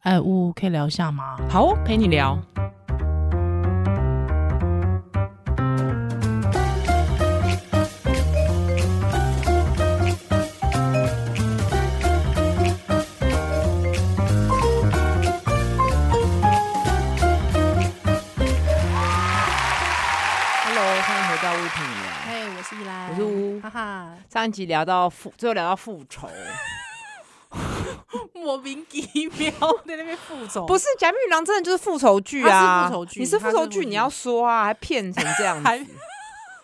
哎，呜，可以聊一下吗？好哦，陪你聊。Hello，欢迎回到物品聊。嘿，哎我是依兰，我是乌哈哈，上一集聊到复，最后聊到复仇， 莫名其妙在那边复仇，不是《假面女郎》真的就是复仇剧它是啊，复仇剧你是它复是仇复剧，仇你剧要说啊， 还骗成这 样子，还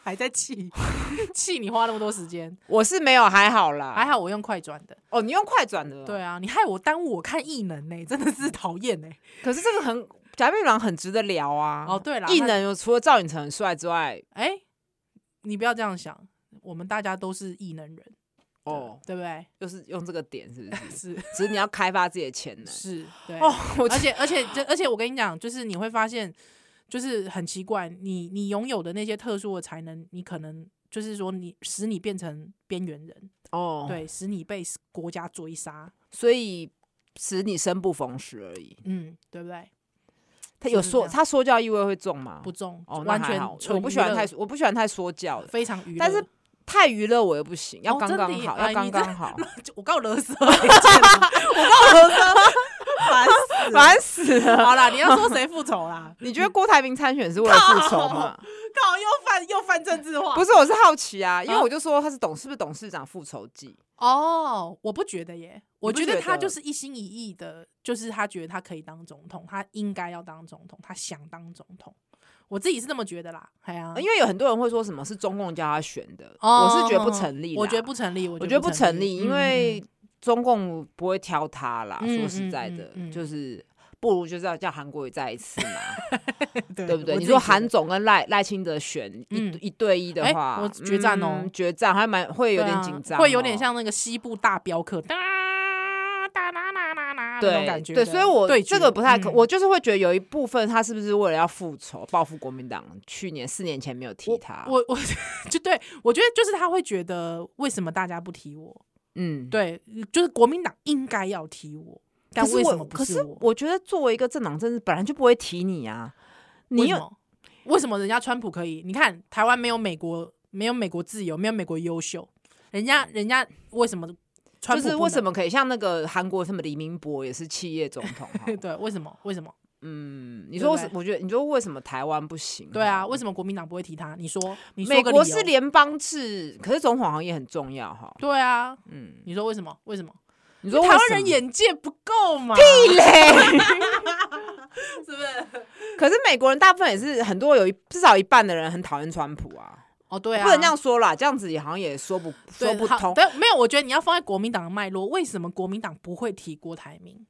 还在气 气你花那么多时间，我是没有，还好啦，还好我用快转的。哦，你用快转的，对，啊，你害我耽误我看异能呢、真的是讨厌呢。可是这个很假面女郎很值得聊啊。哦对啦异她能有除了赵寅成很帅之外，哎、你不要这样想，我们大家都是异能人，哦，对不对？就是用这个点是不是？是只是你要开发自己的潜能。是，对。哦，我而且而且这而且我跟你讲，就是你会发现，就是很奇怪，你你拥有的那些特殊的才能，你可能就是说你使你变成边缘人，哦，，对，使你被 s- 国家追杀，所以使你生不逢时而已。嗯，对不对？他是有这说样他说教意味会重吗？不，中，哦，那完还全好纯我不喜欢娱乐太，我不喜欢太说教的，非常娱乐，但是太娱乐我又不行，要哦刚真的刚耶好，哎要你刚真 刚好，就我告勒死了， 你贱人烦死，烦死了。好啦，你要说谁复仇啦？你觉得郭台铭参选是为了复仇吗？ 靠，又犯又犯政治化，不是，我是好奇啊，因为啊我就说他是董，是不是董事长复仇记？哦，我不觉得耶，我不觉得觉他就得是一心一意的，就是他觉得他可以当总统，他应该要当总统，他想当总统，我自己是这么觉得啦。哎呀、啊呃因为有很多人会说什么是中共叫他选的，哦我是觉得不成立啦。我觉得不成立，我我觉觉得得不成立，嗯因为中共不会挑他啦。嗯说实在的，嗯嗯嗯就是不如就是要叫韩国瑜再一次 嘛，嗯嗯对不对？我你自己说觉韩得总跟赖赖清德选一、嗯一对一的哎话，我决战哦嗯决战还蛮会有对点啊紧张、哦会有点。像那个西部大镖客，哒哒啦啦啦啦那对种感觉的对对，所以我这决个不太可，嗯我就是会觉得有一部分他是不是为了要复仇报复国民党去年四年前没有提他，我 我就对我觉得就是他会觉得为什么大家不提我？嗯，对，就是国民党应该要提我，但可是为我什么不可是我我觉得作为一个政党政治，本来就不会提你啊。你为什有么？为什么人家川普可以？你看台湾没有美国，没有美国自由，没有美国优秀，人家人家为什么川就普是为什么？么可以像那个韩国什么李明博也是企业总统 哈？对，为什么？为什么？嗯，你对说不为什对我觉得你说为什么台湾不行？对啊，为什什么国民党不会提他？你说，你说美个国理由是联邦制，可是总统好像也很重要哈。对啊，嗯，你说为什么？为什么？你说台为湾什人么 眼界不够嘛？地雷，是不是？ 可是美国人大部分也是很多有一至少一半的人很讨厌川普啊，哦，对啊，不能这样说啦，这样子也好像也说不对说不好通。但没有，我觉得你要放在国民党的脉络，为什么国民党不会提郭台铭？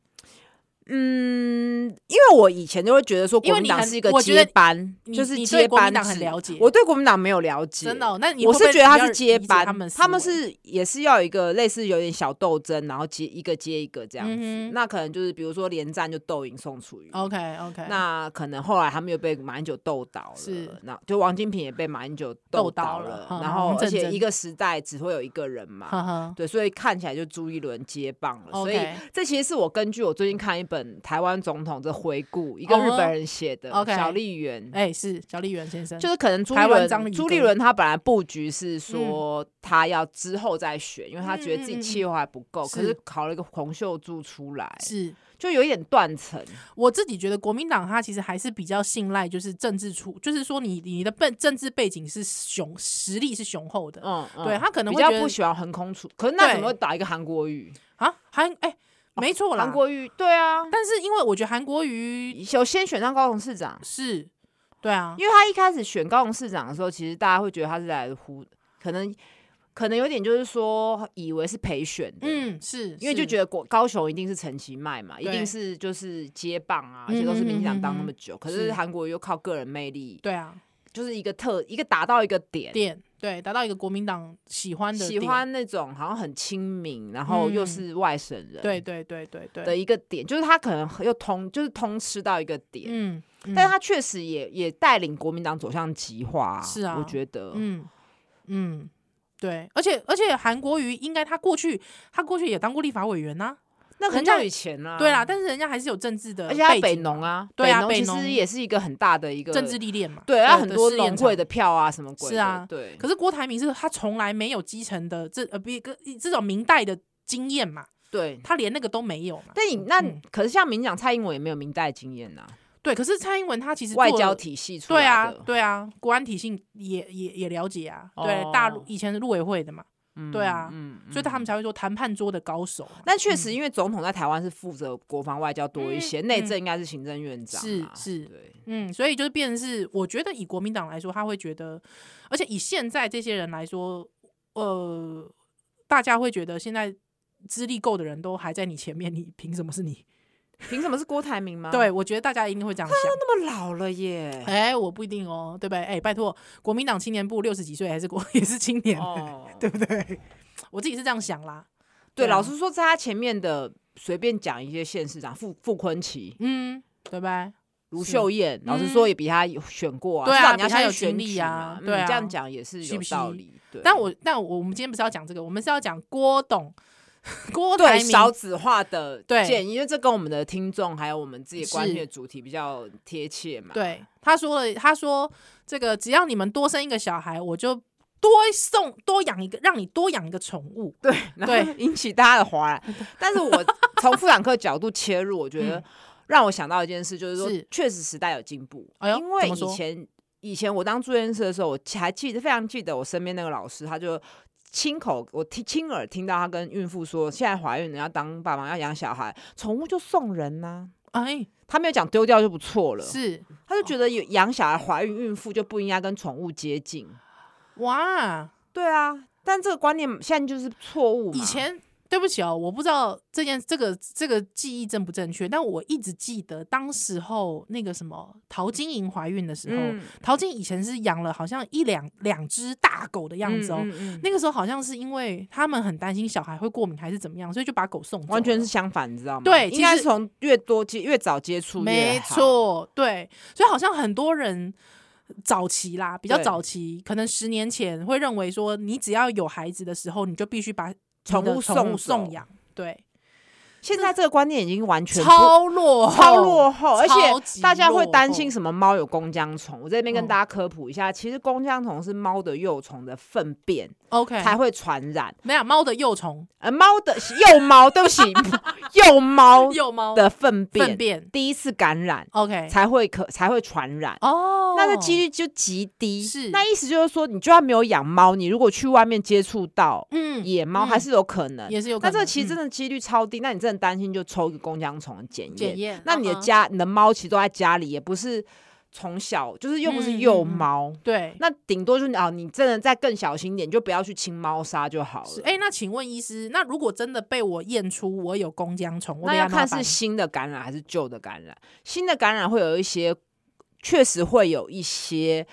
嗯，因为我以前就会觉得说因国为民你党很是一个我觉得接班，你就是你对接国民班党很制了解我对国民党没有了解，真的、哦？那你我会不是会觉得他比较是接理解班，他们他们思维是也是要有一个类似有点小斗争，然后接一个接一个这样子。嗯哼哦那可能就是比如说连战就斗赢宋楚瑜。 OK OK，那可能后来他们又被马英九斗倒了，是那就王金平也被马英九斗倒倒了嗯然后王而振且珍一个时代只会有一个人嘛， 呵呵对，所以看起来就朱一伦接棒了，所以 OK 这其实是我根据我最近看一本台湾总统的回顾，一个哦日本人写的 OK 小笠原，哎、是小笠原先生，就是可能朱立台湾章鱼伦，朱立哥伦他本来布局是说他要之后再选，因为他觉得自己气候还不嗯够，嗯嗯可是是考了一个洪秀柱出来，是就有一点断层。我自己觉得国民党他其实还是比较信赖，就是政治出，就是说你你的背政治背景是雄，实力是雄厚的嗯，嗯对他可能比会较觉得不喜欢横空出，可是那对怎么会打一个韩国瑜？啊。韩哎、没错啦，韩国瑜对啊，但是因为我觉得韩国瑜有先选上高雄市长，是，对啊，因为他一开始选高雄市长的时候，其实大家会觉得他是来胡，可能可能有点就是说以为是陪选的，嗯是，因为就觉得得国高雄一定是陈其迈嘛，一对定是就是接棒啊，嗯而且都是民进嗯嗯党嗯当那么久。可是是韩国瑜又靠个人魅力，对啊，就是一个特一个达到一个点，点对达到一个国民党喜欢的喜点，嗯欢那种好像很亲民，然后又是外省人，对对对对对的一个点，就是他可能又通就是通吃到一个点，嗯，嗯但是他确实也也带领国民党走向极化、是啊我觉得，嗯，嗯，对，而且而且韩国瑜应该他过去他过去也当过立法委员呐、那很人家久以前啦、对啦，啊但是人家还是有政治的啊背景嘛，而且它北农啊，对啊北农北其农实也是一个很大的一个政治历练嘛，对，啊，它很多试验农会场的票啊，什么鬼的是啊对，可是郭台铭是他从来没有基层的这呃，比个这种明代的经验嘛，对。他连那个都没有嘛。但你那、嗯可是像民讲蔡英文也没有明代经验呐、对，可是蔡英文他其实外做交了体系出对来啊的，，对啊，国安体系也也也了解啊，对，大陆哦以前是陆委会的嘛，嗯对啊嗯所以他们才会说谈判桌的高手嘛。但确实，嗯因为总统在台湾是负责国防外交多一些，嗯内、嗯政应该是行政院长、啊，是是对，嗯，所以就是变成是，我觉得以国民党来说，他会觉得，而且以现在这些人来说，呃，大家会觉得现在资历够的人都还在你前面，你凭什么是你？凭什么是郭台铭吗？对，，我觉得大家一定会这样 想。那么老了 耶，哎、我不一定哦，对不对？哎、拜托，国民党青年部六十几岁还是国 也是青年，哦，对不对？我自己是这样想啦。对，啊老实说，在他前面的随便讲一些县市长，傅傅昆奇、嗯，对吧？卢是秀燕，老实嗯说也比他有选过啊，对啊至少你要比他相有信选经历举啊嘛对嗯啊这样讲也是是有不是道理。对，但我但我我们今天不是要讲这个，我们是要讲郭董， 郭台对铭少子化的对建议，因为这跟我们的听众还有我们自己关心是的主题比较贴切嘛。对，他说了，他说这个只要你们多生一个小孩，我就多送多养一个，让你多养一个宠物。对，然后对引起大家的哗然。但是我从妇产科角度切入，我觉得嗯让我想到一件事，就是说是，确实时代有进步。哎呦因为怎么说以前以前我当住院师的时候，我还记得非常记得我身边那个老师，他就。亲口我听亲耳听到他跟孕妇说，现在怀孕了要当爸妈要养小孩，宠物就送人呐、哎，他没有讲丢掉就不错了，是哦他就觉得有养小孩怀孕孕妇就不应该跟宠物接近。哇，对啊，但这个观念现在就是错误嘛。以前。对不起哦，我不知道这件这个这个记忆正不正确，但我一直记得当时候那个什么陶晶莹怀孕的时候，嗯陶晶以前是养了好像一两两只大狗的样子哦，嗯嗯嗯那个时候好像是因为他们很担心小孩会过敏还是怎么样，所以就把狗送走了，完全是相反，你知道吗？对应其该实是从越多接越早接触越没好，错，对，所以好像很多人早期啦，比较对早期，可能十年前会认为说，你只要有孩子的时候，你就必须把你宠的物宠物送送走养，对，现在这个观念已经完全不超落超落后，而超且级大家会落担后心什么猫有弓浆虫。我这边跟嗯大家科普一下，其实弓浆虫是猫的幼虫的粪便 OK，才会传染，没有猫的幼虫，而猫的幼猫，对 不起，幼猫幼猫的粪粪便便第一次感染 OK，才会可才会传染。哦，那这几率就极低，是那意思就是说，你就算没有养猫，你如果去外面接触到嗯野猫嗯还是有可能。也是有可那能，这个其实真嗯的几率超低，那你真的担心就抽一个弓浆虫检检验。验，那你的嗯嗯家、你的猫其实都在家里，也不是从小就是又不是嗯幼嗯嗯猫，对。那顶多就是哦，你真的再更小心一点，你就不要去清猫砂就好是了。哎、那请问医师，那如果真的被我验出我有弓浆虫，我那得要怎么看办是新的感染还是旧的感染。新的感染会有一些，确实会有一些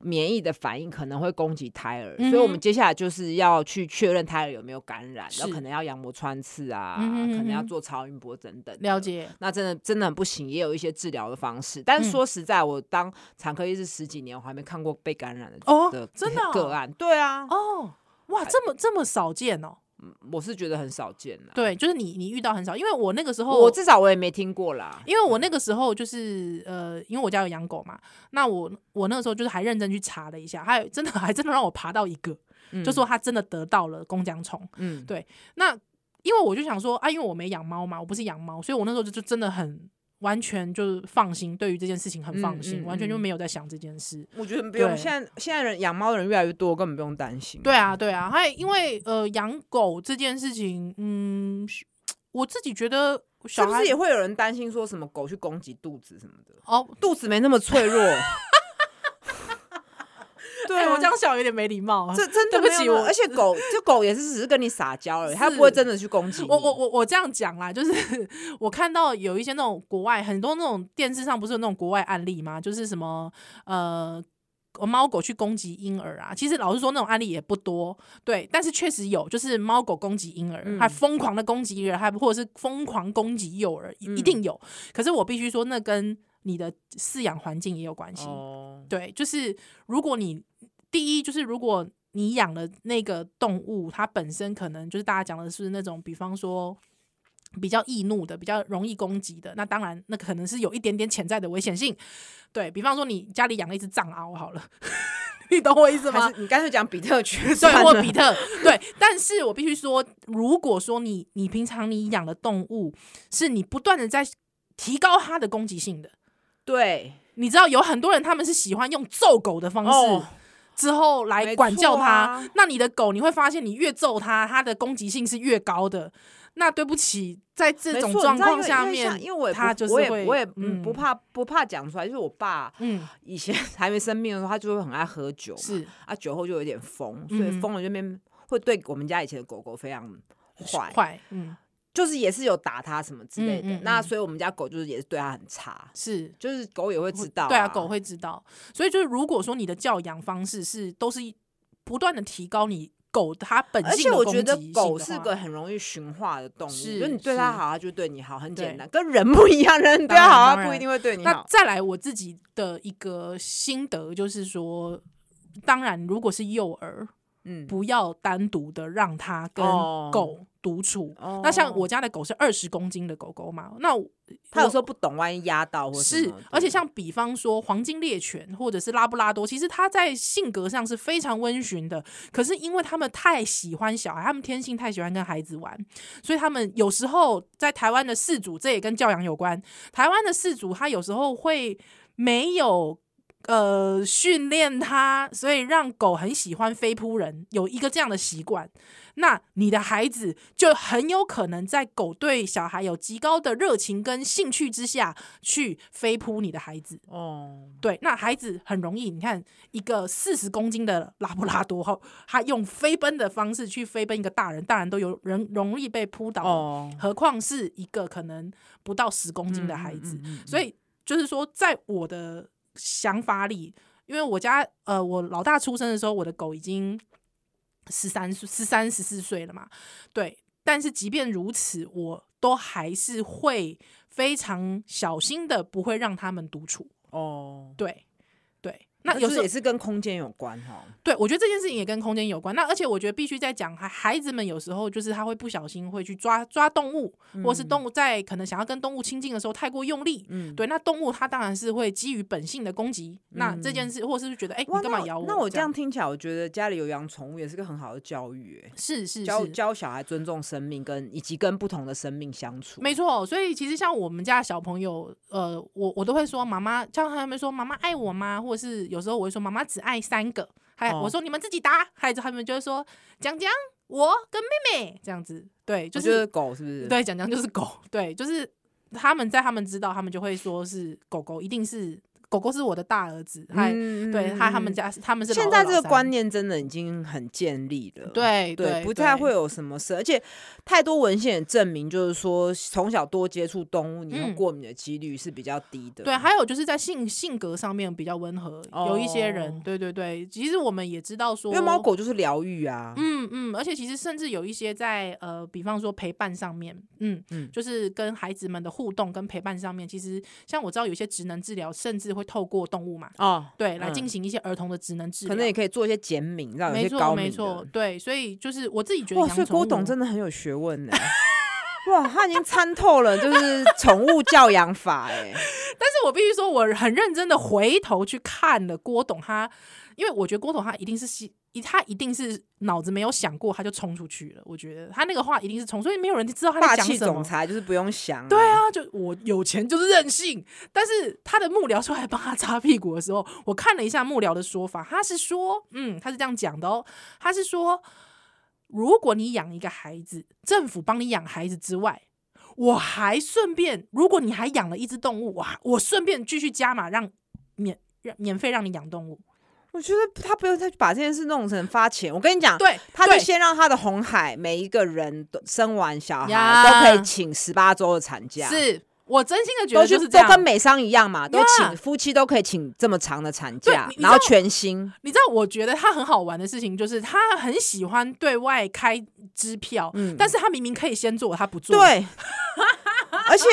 免疫的反应，可能会攻击胎儿，嗯哼所以我们接下来就是要去确认胎儿有没有感染，是然后可能要羊膜穿刺啊，嗯哼嗯哼可能要做超音波等等。了。解，那真的真的很不行，也有一些治疗的方式。但嗯是说实在，我当产科医师十几年，我还没看过被感染的哦的真的哦个案。对啊，哦，哇，这么这么少见哦。我是觉得很少见啦。对，就是你你遇到很少，因为我那个时候，我至少我也没听过啦。哦因为我那个时候就是呃，因为我家有养狗嘛，那我我那个时候就是还认真去查了一下，还有真的还真的让我爬到一个，嗯就说他真的得到了弓浆虫。嗯，对那因为我就想说啊，因为我没养猫嘛，我不是养猫，所以我那时候就就真的很。完全就是放心，对于这件事情很放嗯心，嗯完全就嗯没有在想这件事。我觉得不对用，现在现在人养猫的人越来越多，根本不用担心。对，啊，对啊，还因为呃养狗这件事情，嗯，是我自己觉得是小不孩是也会有人担心说什么狗去攻击肚子什么的？哦，肚子没那么 脆弱。对哎啊，我这样想有点没礼貌啊。这真的对不起没有那我而且狗就狗也是只是跟你撒娇而已，它是不会真的去攻击你。我我我我这样讲啦，就是 我看到有一些那种国外很多那种电视上不是有那种国外案例吗？就是什么呃。猫狗去攻击婴儿啊，其实老实说，那种案例也不多，对，但是确实有，就是猫狗攻击婴儿，嗯还疯狂的攻击婴儿，还或者是疯狂攻击幼儿，嗯一定有。可是我必须说，那跟你的饲养环境也有关系。哦，对，就是如果你第一就是如果你养的那个动物，它本身可能就是大家讲的是那种，比方说比较易怒的、比较容易攻击的，那当然那可能是有一点点潜在的危险性。对比方说，你家里养了一只藏獒，好了， 你懂我意思吗还？是你干脆讲比特犬对， 算或了比特，对。但是我必须说，如果说你你平常你养的动物是你不断的在提高它的攻击性的，对你知道有很多人他们是喜欢用揍狗的方式。哦之后来管教它，没错啊那你的狗你会发现，你越揍它，它的攻击性是越高的。那对不起，在这没种错状你知道况下因为因为面像，因为我也他不就是我也会我也嗯嗯不怕不怕讲出来，就是我爸嗯，以前 还没生病的时候，他就会很爱喝酒嘛，是啊酒后就有点疯，所以嗯疯了就变会对我们家以前的狗狗非常坏，坏，嗯，就是也是有打它什么之类的。嗯嗯嗯那所以我们家狗就是也是对它很差，是。就是狗也会知道、对啊，狗会知道。所以就是，如果说你的教养方式是都是不断的提高你狗它本而性且的我攻觉击性得的话，狗是个很容易驯化的动物，是就是你对它是好，它就对你好，很简对单，跟人不一样，人对当然它好，当它不一然定会对你那好。再来我自己的一个心得就是说，当然如果是幼儿，嗯，不要单独的让它跟哦狗独处。哦那像我家的狗是二十公斤的狗狗嘛，那我它有时候不懂，万一压到或什是么的，而且像比方说黄金猎犬或者是拉布拉多，其实它在性格上是非常温驯的，可是因为他们太喜欢小孩，他们天性太喜欢跟孩子玩，所以他们有时候在台湾的饲主，这也跟教养有关。台湾的饲主他有时候会没有。呃，训练它，所以让狗很喜欢飞扑人，有一个这样的习惯。那你的孩子就很有可能在狗对小孩有极高的热情跟兴趣之下，去飞扑你的孩子。哦，对，那孩子很容易，你看一个四十公斤的拉布拉多后，他用飞奔的方式去飞奔一个大人，大人都有人容易被扑倒，哦，何况是一个可能不到十公斤的孩子。嗯，嗯嗯嗯所以就是说，在我的想法里，因为我家呃，我老大出生的时候，我的狗已经十三岁、十三、十四岁了嘛，对。但是即便如此，我都还是会非常小心的，不会让他们独处。哦，对，对。那这有时候也是跟空间有关哈。对，我觉得这件事情也跟空间有关。那而且我觉得必须在讲，孩孩子们有时候就是他会不小心会去抓抓动物，或是动物在可能想要跟动物亲近的时候太过用力。嗯，对，那动物它当然是会基于本性的攻击。那这件事，或是觉得哎、嗯哇，你干嘛那咬我？那我这样样听起来，我觉得家里有养宠物也是个很好的教育，哎是是教是，教小孩尊重生命跟，以及跟不同的生命相处。没错。所以其实像我们家的小朋友，呃，我我都会说妈妈，像他们说妈妈爱我吗？或者是有时候我会说妈妈只爱三个，还、哦我说你们自己答，还有他们就会说讲讲我跟妹妹这样子。对，就我是觉得狗是不是？，对，讲讲就是狗，对，就是他们在他们知道，他们就会说是狗狗，一定是狗狗是我的大儿子，还、嗯对，还他们。嗯嗯家是他们是嗯现老在二这老个三观念真的已经很建立了，对对，不太会有有什么事，而且太多文献也证明，就是说从小多接触动物，你会嗯过敏的几率是比较低的。对，还有就是在性性格上面比较温和，有一些人哦对对对，其实我们也知道说因为猫。狗就是疗愈啊，嗯嗯，而且其实甚至有一些在呃，比方说陪伴上面，嗯嗯嗯，就是跟孩子们的互动跟陪伴上面，其实像我知道有一些职能治疗，甚至会透过动物嘛，哦，对，来嗯进行一些儿童的职能治疗，可能也可以做一些减敏，让啊有没些错，高没敏错的。，对，所以就是我自己觉得哇，养所以宠郭物董真的很有学问呢、 哇，他已经参透了，就是宠物教养法哎、但是我必须说，我很认真的回头去看了郭董他，因为我觉得郭董他一定是西一他一定是脑子没有想过，他就冲出去了。我觉得他那个话一定是冲，所以没有人知道 他霸在讲气什总么。裁就是不用想、对，啊，就我有钱就是任性。但是他的幕僚出来帮他擦屁股的时候，我看了一下幕僚的说法，他是说，嗯，他是这样讲的哦，他是说，如果你养一个孩子，政府帮你养孩子之外，我还顺便，如果你还养了一只动物，我还我顺便继续加码，让免让免费让你养动物。我觉得他不用再把这件事弄成发钱。我跟你讲，对，他就对先让他的红海每一个人都生完小孩呀都可以请十八周的产假，是我真心的觉都得去就是这都样跟。美商一样嘛，都呀请夫妻都可以请这么长的产对假你，你然后知道全薪。你知道，我觉得他很好玩的事情就是他很喜欢对外开支票，嗯但是他明明可以先做，他不做。， 对，而且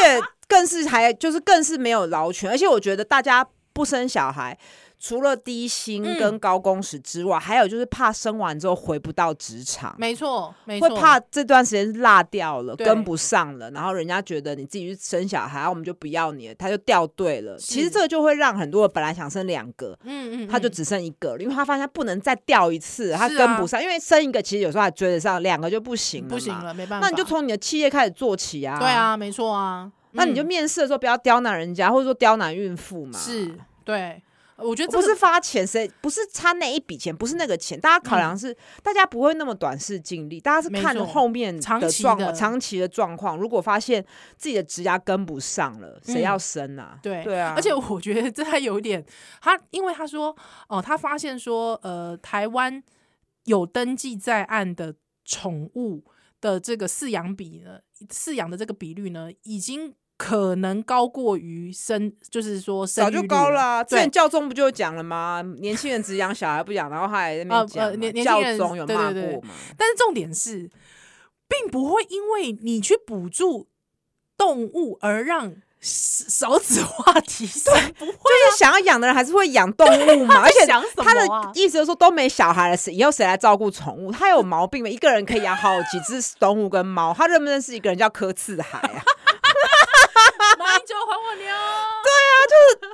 更是还就是更是没有劳权，而且我觉得大家不生小孩，除了低薪嗯跟高工时之外，还有就是怕生完之后回不到职场。没错，没会错，怕这段时间落掉了，对跟不上了，然后人家觉得你自己去生小孩，啊我们就不要你了，他就掉队了。其是实这个就会让很多本来想生两个，嗯嗯，他就嗯只剩一个了，因为他发现他不能再掉一次，他是跟啊不上，因为生一个其实有时候还追得上，两个就不行了，不行。了，没办法，那你就从你的企业开始做起啊，对，啊，没错啊，那你就嗯面试的时候不要刁难人家，或者说刁难孕妇嘛，是对，我觉得这不个是发钱，谁不是差那一笔钱，不是那个钱，大家考量是、大家不会那么短视近利，大家是嗯没看错后面长的期状的长期的状况。如果发现自己的职涯跟不上了，嗯谁要生啊？对对啊，而且我觉得这还有一点，他因为他说哦、他发现说呃，台湾有登记在案的宠物的这个饲养比呢，饲养的这个比率呢，已经可能高过于生，就是说生早育就率高了啊、之对前教宗不就讲了吗？年轻人只养小孩不养，然后他还在那呃边讲呃嘛、年年轻人教宗有对骂对对过嘛？但是重点是，并不会因为你去补助动物而让少少子化提升，不会就是想要养的人还是会养动 物嘛，而且想什么、他的啊？ 意思就是说都没小孩了，谁以后谁来照顾宠物？他有毛病吗？一个人可以养好几只动物跟猫，他认不认识一个人叫柯次 海啊？马英九还我娘！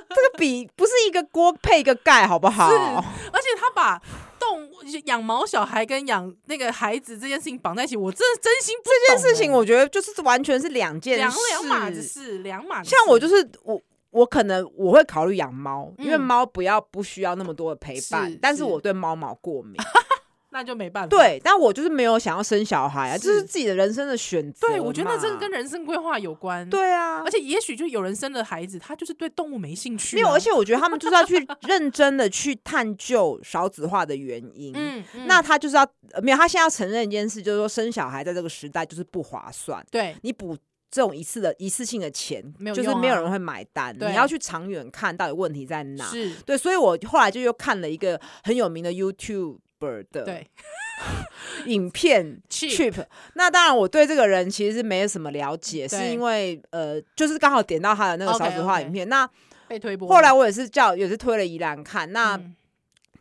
这个比不是一个锅配一个盖，好不好？是，而且他把动物养毛小孩跟养那个孩子这件事情绑在一起，我真的真心不欸这这件事情，我觉得就是完全是两件两事，两码子事，两码子事。像我就是我。我可能我会考虑养猫，因为嗯猫不要不需要那么多的陪伴，是但是是我对猫毛过 敏。那就没办法。，对，但我就是没有想要生小孩啊，这是是自己的人生的选择嘛。对我觉得这个跟人生规划有关。，对啊而，且也许就有人生了孩子，他就是对动物没兴趣啊。没有，而且我觉得他们就是要去 认真的去探究少子化的原因。嗯，嗯那他就是要呃没有，他现在要承认一件事，就是说生小孩在这个时代就是不划算。对你补这种一次的一次性的钱，没有就是用没有啊人会买单。对你要去长远看到底问题在哪。是，对，所以我后来就又看了一个很有名的 YouTuber 的对，影片 Cheap Chip。那当然，我对这个人其实是没有什么了解，是对因为呃，就是刚好点到他的那个少 OK，子化 OK 影片。那被推波了。后来我也是叫，也是推了宜兰看。那、嗯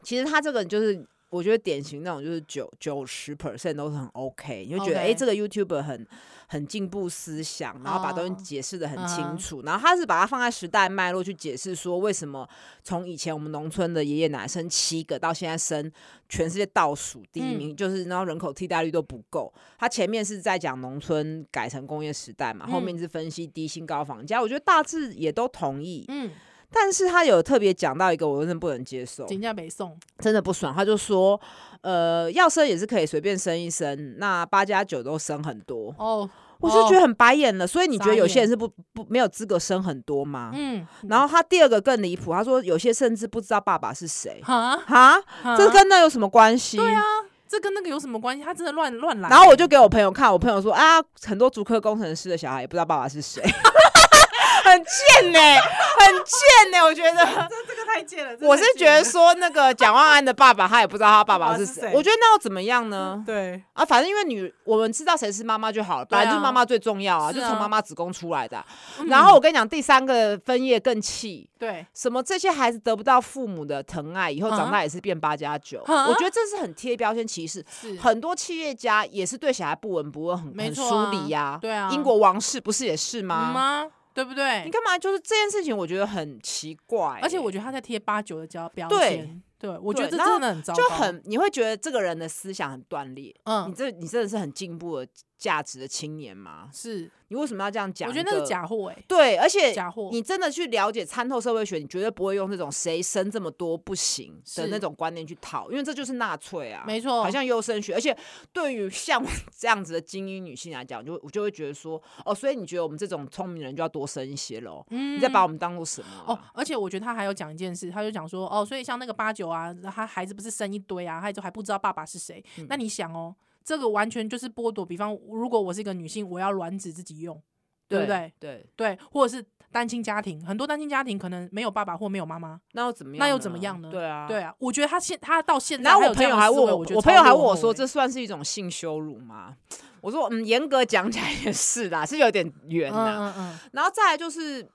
其实他这个就是。我觉得典型那种就是九九十 percent 都是很 OK，你就觉得 OK 哎这个 YouTuber 很很进步思想，然后把东哦西解释的很嗯清哼楚然后他是把它放在时代脉络去解释说为什么从以前我们农村的爷爷奶奶生七个，到现在生全世界倒数第一嗯名，就是然后人口替代率都不够。他前面是在讲农村改成工业时代嘛，后面嗯是分析低薪高房价，我觉得大致也都同意，嗯，但是他有特别讲到一个我真的不能接受，金价北宋，真的不爽，他就说，呃，要生也是可以随便生一生，那八加九都生很多，哦，我就觉得哦，很白眼了。所以你觉得有些傻眼人是不不没有资格生很多吗？嗯，啊然后他第二个更离谱，他说有些甚至不知道爸爸是谁，哈，哈，这哈跟那有什么关系？对啊，这跟那个有什么关系？他真的乱乱来。然后我就给我朋友看，我朋友说啊，很多足科工程师的小孩也不知道爸爸是谁， 很贱呢、很贱呢、我觉得。这这个太贱了，这我太是贱觉得了说，那个蒋万安的爸爸，他也不知道他爸爸是谁爸爸是。谁嗯我觉得那又怎么样呢？对，啊，反正因为女，我们知道谁是妈妈就好了，对本啊来就是妈妈最重要啊，是就啊从妈妈子宫出来的啊。嗯然后我跟你讲，第三个分页更气，对，什么这些孩子得不到父母的疼爱，以后长大也是变八加九。啊我觉得这是很贴标签歧视。是很多企业家也是对小孩不闻不问，很没很错疏啊离呀。对啊英国王室不是也是嗯吗？吗？对不对你？干嘛？就是这件事情，我觉得很奇怪欸。而且我觉得他在贴八九的标标对签，对我觉得这对然后真的很糟糕，就很你会觉得这个人的思想很断裂。你嗯这你真的是很进步的价值的青年吗？是，你为什么要这样讲？我觉得那是。假货哎，对，而且假货你真的去了解参透社会学，你绝对不会用那种谁生这么多不行的是那种观念去讨，因为这就是纳粹啊，没错好像优生学。而且对于像我这样子的精英女性来讲，就我就会觉得说，哦，所以你觉得我们这种聪明人就要多生一些喽？嗯，你在把我们当做什么啊、哦，而且我觉得他还有讲一件事，他就讲说，哦，所以像那个八九啊，他孩子不是生一堆啊，他就还不知道爸爸是谁。嗯那你想哦，这个完全就是剥夺，比方如果我是一个女性，我要卵子自己用，对不对？对，对，或者是单亲家庭，很多单亲家庭可能没有爸爸或没有妈妈。那又怎么样？那又怎么样呢对啊，对啊，我觉得他现他到现在然后还我有这朋友样的还思问维我，我觉得我朋友超还落问我后说：“欸这算是一种性羞辱吗？”我说：“嗯，严格讲起来也是啦，是有点远啦。嗯嗯嗯，然后再来就是，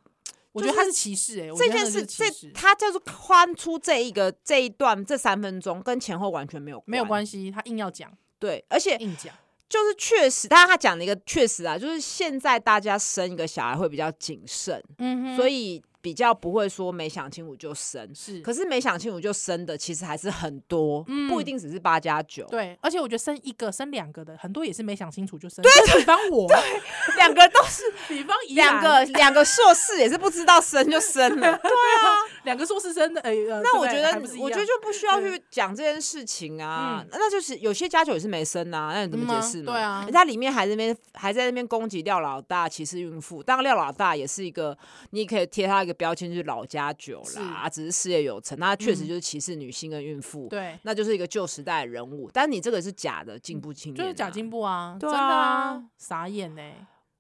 我觉得他是歧视哎、我这觉得件那事，是这歧视他就是宽出这一个这一段这三分钟，跟前后完全没有没有关。关系，他硬要讲对，而且硬讲，就是确实，但是他讲了一个确实啊，就是现在大家生一个小孩会比较谨慎，嗯哼，所以以比较不会说没想清楚就生。是可是没想清楚就生的，其实还是很多，嗯不一定只是八加九。对，而且我觉得生一个生两个的很多也是没想清楚就生，对，比方我，两个都是比方宜两兰个两个硕士，也是不知道生就 生了。两个硕士生的，哎、呃那我对不觉对得还不是，一我觉得样就不需要对去讲这件事情啊。嗯那就是有些家酒也是没生啊，那你怎么嗯啊解释呢？对啊人家里面还在那边还在那边攻击廖老大，歧视孕妇。当然，廖老大也是一个，你也可以贴他一个标签，就是老家酒啦，只是事业有成，那确实嗯就是歧视女性跟孕妇。 对，那就是一个旧时代的人物，但你这个是假的进步青年、嗯就是假进步，步啊，对真的啊啊，傻眼呢、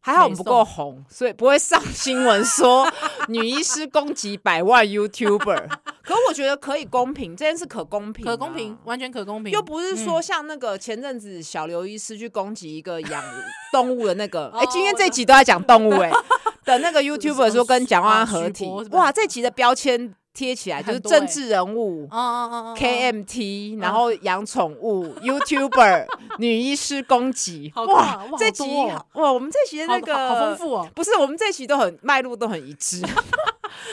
还好我没们不送够红，所以不会上新闻说女医师攻击百万 YouTuber。可 我觉得可以公平，这件事可公平、啊可公平，，完全可公平，又不是说嗯像那个前阵子小刘医师去攻击一个养动物的那个，嗯 哎、哦今天这集都在讲动物、哎 的那个 YouTuber 说跟蒋万安合体许博是，吧哇，这集的哎标签贴起来就是很多政治人物。哦哦哦哦哦 KMT，嗯然后养宠物、YouTuber、女 医师攻击，好哇哇哇，这好集多哦哇，我们这集的那好个好好丰，富哦，不是我们这集都很脉络都很 一致，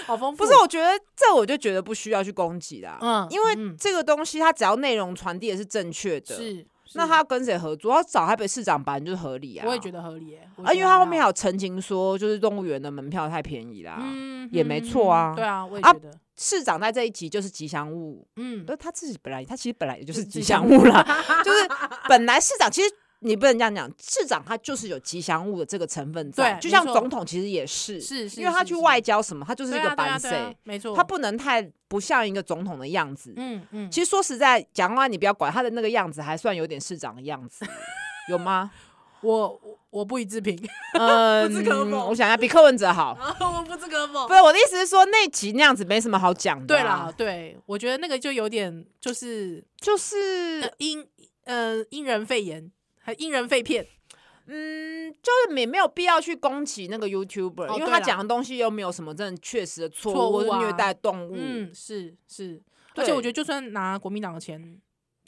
好丰富，不是，我觉得这我就觉得不需要去攻击啦，嗯因为嗯这个东西它只要内容传递的是正确的，是，那是他要跟谁合作？要找台北市长版就是合理啊。我也觉得得合理耶、我啊，觉因为得他还后面还好，有澄清说，就是动物园的门票太便宜啦。嗯也没哼错啊对啊，我也啊觉得，市长在这一集就是吉祥物，嗯，都他自己本来他其实本来也就是是吉吉祥祥物啦， 就是本来市长其实。你不能这样讲，市长他就是有吉祥物的这个成分在，对就像没错总统其实也是，是是因为他是去是外交什么，他就是对一啊个对啊班对谁、啊没错，他不能太不像一个总统的样子。嗯嗯，其实说实在，蒋万安你不要管他的那个样子，还算有点市长的样子，有吗？ 我我我不予置评， 嗯，不置可否我想一下，比柯文哲好。我不置可否啊不。是我的意思是说，那集那样子没什么好讲的、啊对啦，，对，我觉得那个就有点就是就是呃因呃因人肺炎，还因人肺片，嗯，就是也没有必要去攻击那个 YouTuber，、哦因为对他啦讲的东西又没有什么真的确实的错错误，或误是啊虐待动物。嗯，是是，而且对我觉得就算拿国民党的钱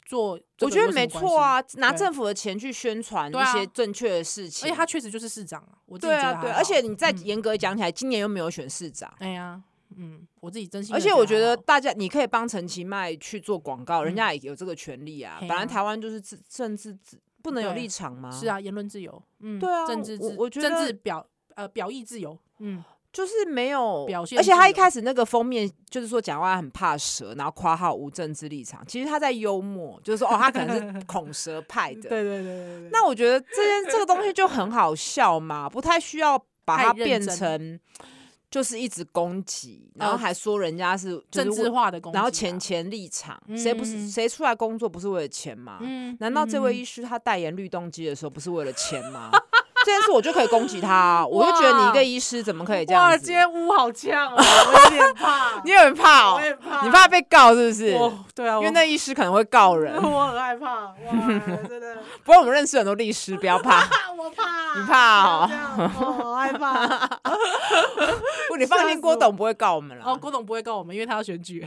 做，我觉得没错，啊，拿对政府的钱去宣传对一啊些正确的事情。而且他确实就是市长啊，我自己对觉得啊，还对，好而且你再嗯严格讲起来，今年又没有选市长。哎呀，嗯，我自己真心而的还且好，我觉得大家，你可以帮陈其迈去做广告，人嗯家也有这个权利啊。嘿本来啊台湾就是自政治自不能有对立场吗？是，啊，言论自由，嗯，对啊政治我自我觉政得治表呃表意自由，嗯，就是没有表现而且他自一由开始那个封面就是说蒋万安很怕蛇，然后括号无政治立场，其实他在幽默，就是说哦，他可 能是恐蛇派的。对对对，那我觉得这件这个东西就很好笑嘛，不太需要把太它认变真成就是一直攻击，然后呃还说人家是就是政治为化的攻击啊，然后钱钱立场，谁嗯不嗯是嗯谁出来工作不是为了钱吗？嗯，难道这位嗯医师他代言律动机的时候不是为了钱吗？ 这件事我就可以攻击他啊、我就觉得你一个医师怎么嗯可以这样子？屋好呛 哦，我有点怕你很怕哦、也怕你怕哦被告是不是？因我对啊，为那医师可能会告人。 我很害怕，哇，真的，不过我们认识很多律师，不要 怕， 怕我怕，你怕哦不要这样哦，好害 怕。不，你放心，郭董不会告我们哦，了。郭董不会告我们，因为他要选 举，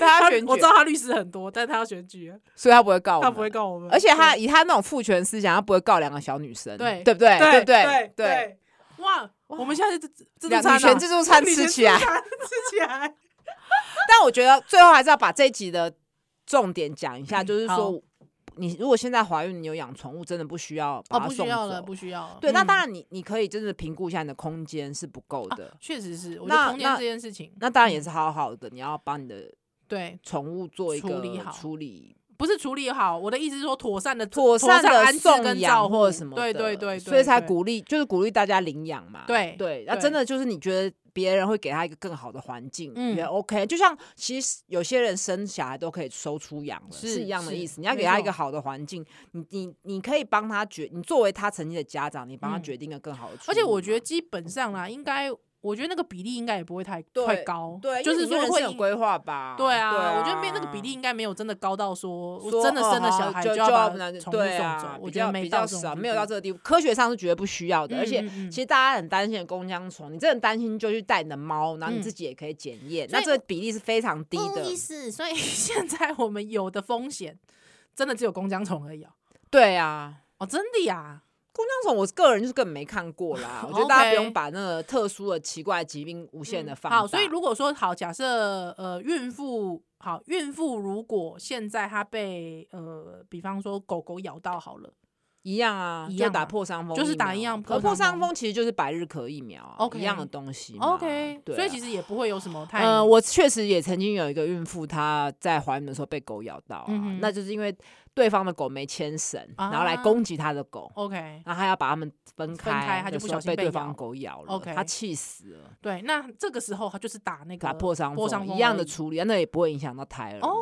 大家选举我知，道他律师很多，但是他要选举，所以他不会告我们。他不会。告我们，而且他以他那种父权思想，他不会告两个小女生，对对不哎对？对不对对？，哇，我们现在自自助两餐啊女权自助餐女权吃自起来助。餐吃起来，但我觉得最后还是要把这一集的重点讲一下，就是说嗯好，你如果现在怀孕，你有养宠物，真的不需要把哦，它不送需要了，走。不需要了。对，那嗯当然你你可以真的评估一下你的空间是不够的，确实是，我觉那得空间那这件事情，嗯那当然也是好好的，你要帮你的对，宠物做一个处理好处理不是处理好。我的意思是说，妥善的妥善的安置送跟养照或顾什么的，对对对，对所以才对鼓励，就是鼓励大家领养嘛。对对，那对真的就是你觉得别人会给他一个更好的环境，嗯也 OK。就像其实有些人生小孩都可以收出养了，是是一样的是意思。你要没给他一错个好的环境，你你你可以帮他决，你作为他曾经的家长，你帮他嗯决定一个更好的处理嘛。而且我觉得基本上啦，应该。我觉得那个比例应该也不会太对太高，对，就因为是你们说人会生有因规划吧？对啊，啊我觉得没那个比例应该没有真的高到说我说真的哦生了好小孩就要把不能宠物对送啊走，我比觉得较没比较这种少，地没有步到这个地步。科学上是绝对不需要的，而且嗯嗯嗯其实大家很担心的公腔虫，你真的担心就去带你的猫，然后嗯你自己也可以检验，所以哦那这个比例是非常低的不。意思， 所以现在我们有的风险真的只有弓浆虫而已哦。对啊。哦，真的呀？公腔虫，我个人就是根本没看过啦。我觉得哦大 OK 嗯家不用把那个特殊的奇怪的疾病无限的放大。好，所以如果说好，假设呃孕妇好，孕妇如果现在她被呃，比方说狗狗咬到好了，一样啊，一就样打嘛破伤风疫苗，就是打一样可破破伤伤风风其实就是百日咳疫苗啊 OK 一样的东西嘛。 OK，、对啊、所以其实也不会有什么太呃，我确实也曾经有一个孕妇，她在怀孕的时候被狗咬到、啊嗯哼那就是因为对方的狗没牵绳，啊然后来攻击她的狗。 OK。然后她要把它们分分开她就的不时候小心被被对咬方狗咬了， OK 她气死了，对，那这个时候她就是打那个打破伤破伤一样而的已处理，那也不会影响到胎儿嘛。哦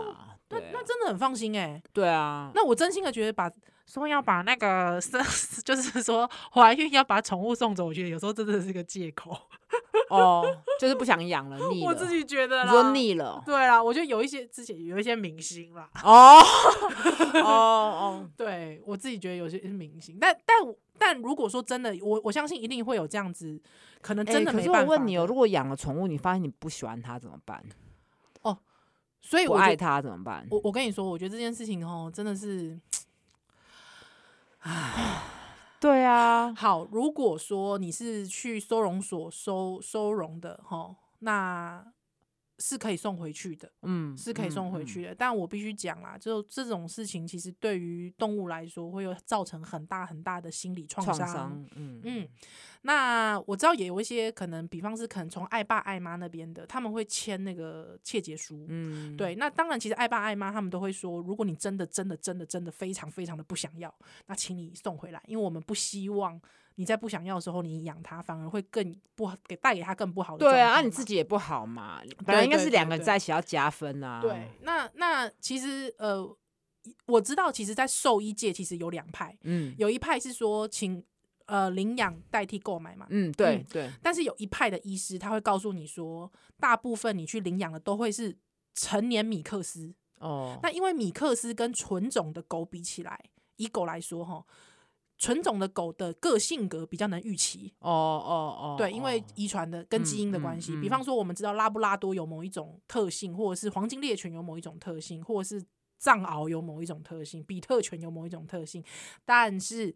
那对啊，那真的很放心哎、对啊，那我真心的觉得把说要把那个生， 就是说怀孕要把宠物送走，我觉得有时候真的是个借口。哦，就是不想 养了，腻了，我自己啊觉得你啦，说腻 了，对啦，我觉得有一些之前有一些明星啦，哦哦哦，对我自己觉得有些是明星，但但我但如果说真的，我我相信一定会有这样子，可能 真欸的可没是办法我的。问你哦，如果养了宠物，你发现你不喜欢它怎么办？所以不我觉爱得它怎么办？我我跟你说，我觉得这件事情哦，真的是对啊，好。如果说你是去收容所收收容的哈，那是可以送回去的。嗯，是可以送回嗯。嗯去的。但我必须讲啦，就这种事情，其实对于动物来说，会有造成很大很大的心理创创伤，嗯嗯，那我知道也有一些可能，比方是可能从爱爸爱妈那边的，他们会签那个切结书。嗯，对，那当然，其实爱爸爱妈他们都会说，如果你真的真的真的真的非常非常的不想要，那请你送回来，因为我们不希望你在不想要的时候你养它，反而会更不好，给带给它更不好的。对啊，那那你自己也不好嘛，本来应该对是对两个人对在一起要加分啊。对，，那那其实呃，我知道，其实，在兽医界其实有两派，嗯有一派是说请呃领养代替购买嘛，嗯，对嗯对，但是有一派的医师他会告诉你说，大部分你去领养的都会是成年米克斯。哦，那因为米克斯跟纯种的狗比起来，以狗来说哈，纯种的狗的个性格比较能预期，哦哦哦，对，因为哦遗传的跟基嗯因的嗯关系，嗯比方说我们知道拉布拉多有某一种特性，或者是黄金猎犬有某一种特性，或者是藏獒有某一种特性，比特犬有某一种特性，但是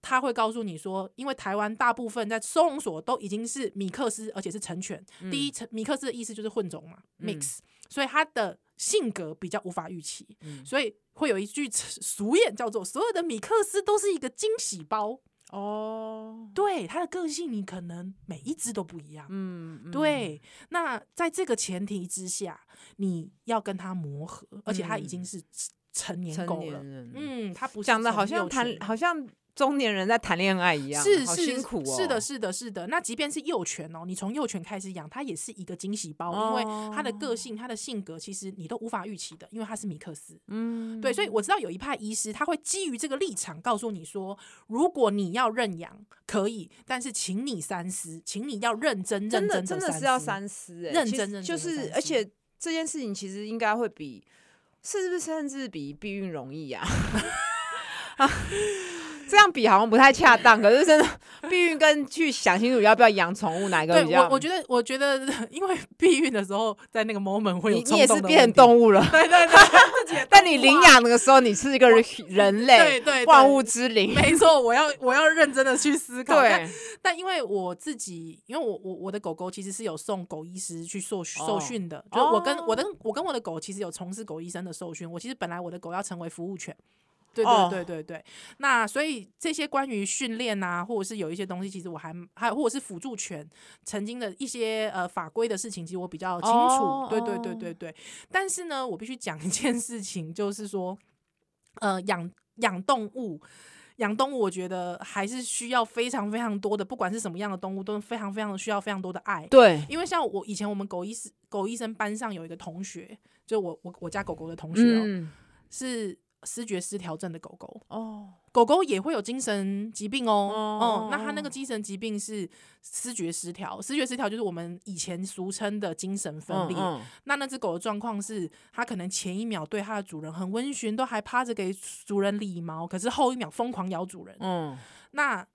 他会告诉你说，因为台湾大部分在收容所都已经是米克斯，而且是成犬。第一，成米克斯的意思就是混种嘛、嗯 m i x 所以它的性格比较无法预期，嗯所以会有一句俗谚叫做“所有的米克斯都是一个惊喜包”。哦，对他的个性，你可能每一只都不一样。嗯，对，那在这个前提之下，你要跟他磨合，而且他已经嗯是成嗯，年成狗年了。人，嗯，他不是讲的好从幼像谈犬好像中年人在谈恋爱一样，是好是辛苦哦，是的，是的，是的。那即便是幼犬哦，你从幼犬开始养，它也是一个惊喜包，因哦为它的个性、它的性格，其实你都无法预期的，因为它是米克斯。嗯，对，所以我知道有一派医师，他会基于这个立场告诉你说，如果你要认养可以，但是请你三思，请你要认真认真的的真的是要三思。三思、欸，认其真实认就真地是三，而思且这件事情其实应该会比，是不是甚至比避孕容易啊？ 这样比好像不太恰当，可是真的避孕跟去想清楚要不要养宠物哪一个对比较，我，我觉得，我觉得， 因为避孕的时候，在那个 moment 会有你冲你也动是的变问成题，动物了， 对对对， 自己的但动你物领啊，养的时候你是一个人人对类，对哎万对物之灵，没错，我要我要认真的去思考。但对，但因为我自己，因为我我我的狗狗其实是有送狗医师去受受哦训的，就我跟我哦的我跟我的狗其实有从事狗医生的受训。我其实本来我的狗要成为服务犬，对对哦对对对。那所以这些关于训练啊，或者是有一些东西，其实我还还有或者是辅助犬曾经的一些呃法规的事情，其实我比较清楚。哦对对对哦对对。但是呢，我必须讲一件事情，就是说，呃，养养动物。养动物，我觉得还是需要非常非常多的，不管是什么样的动物，都非常非常需要非常多的爱。对，因为像我以前我们狗医师嗯狗医生班上有一个同学，就我我我家狗狗的同学、哦嗯，是失觉失调症的狗狗，哦，狗狗也会有精神疾病哦。哦哦、那它那个精神疾病是失觉失调，失觉失调就是我们以前俗称的精神分裂。嗯那那只狗的状况是，它可能前一秒对它的主人很温驯，都还趴着给主人理毛，可是后一秒疯狂咬主人。嗯，那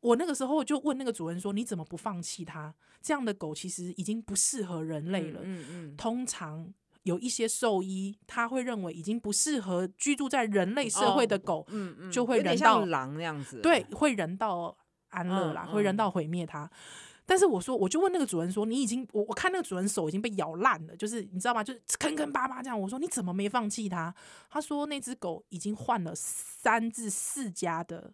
我那个时候就问那个主人说：“你怎么不放弃它？这样的狗其实已经不适合人类了。嗯嗯，通常有一些兽医他会认为已经不适合居住在人类社会的狗，嗯嗯，就会有点人像到狼那样子，对，会人道安乐啦，嗯会人嗯道毁灭它。但是我说，我就问那个主人说：“你已经我我看那个主人手已经被咬烂了，就是你知道吗？就是坑坑巴巴这样。”我说：“你怎么没放弃它？”他说：“那只狗已经换了三至四家的，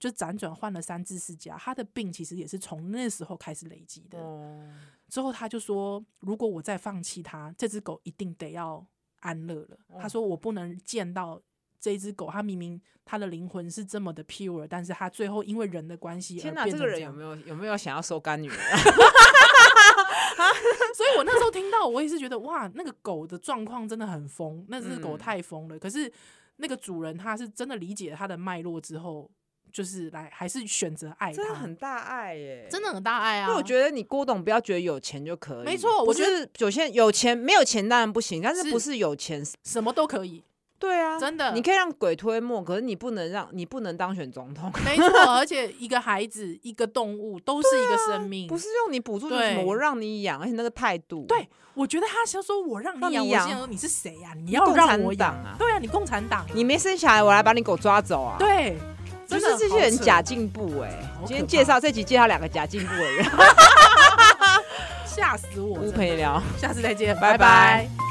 就辗转换了三至四家，它的病其实也是从那时候开始累积的。哦，之后他就说，如果我再放弃它，这只狗一定得要安乐了。哦他说我不能见到这只狗，它明明它的灵魂是这么的 pure，但是它最后因为人的关系而天哪，变这成个这人有没有？有有没有想要收干女 儿？ 所以我那时候听到，我也是觉得哇，那个狗的状况真的很疯，那只狗嗯太疯了。可是那个主人他是真的理解它的脉络之后，就是来还是选择爱它，真的很大爱耶，真的很大爱啊！因为我觉得你郭董不要觉得有钱就可以，没错不我觉是有些有钱没有钱当然不行，但是是不是有钱是？什么都可以，对啊，真的你可以让鬼推磨，可是你不能让你不能当选总统，没错。而且一个孩子，一个动物都是一个生命，啊不是用你补助就是什么对我让你养，而且那个态度，对，我觉得他想说我让让你你养，我养心想说你是谁呀、你共要让产我党养？啊，对啊，你共产党，你没生小孩，我来把你狗抓走啊，，对，就真是的这些人好扯哦假进步哎、可今天怕介绍这集介绍两个假进 步的人，吓死我，吴真的陪聊。下次再见，拜拜拜拜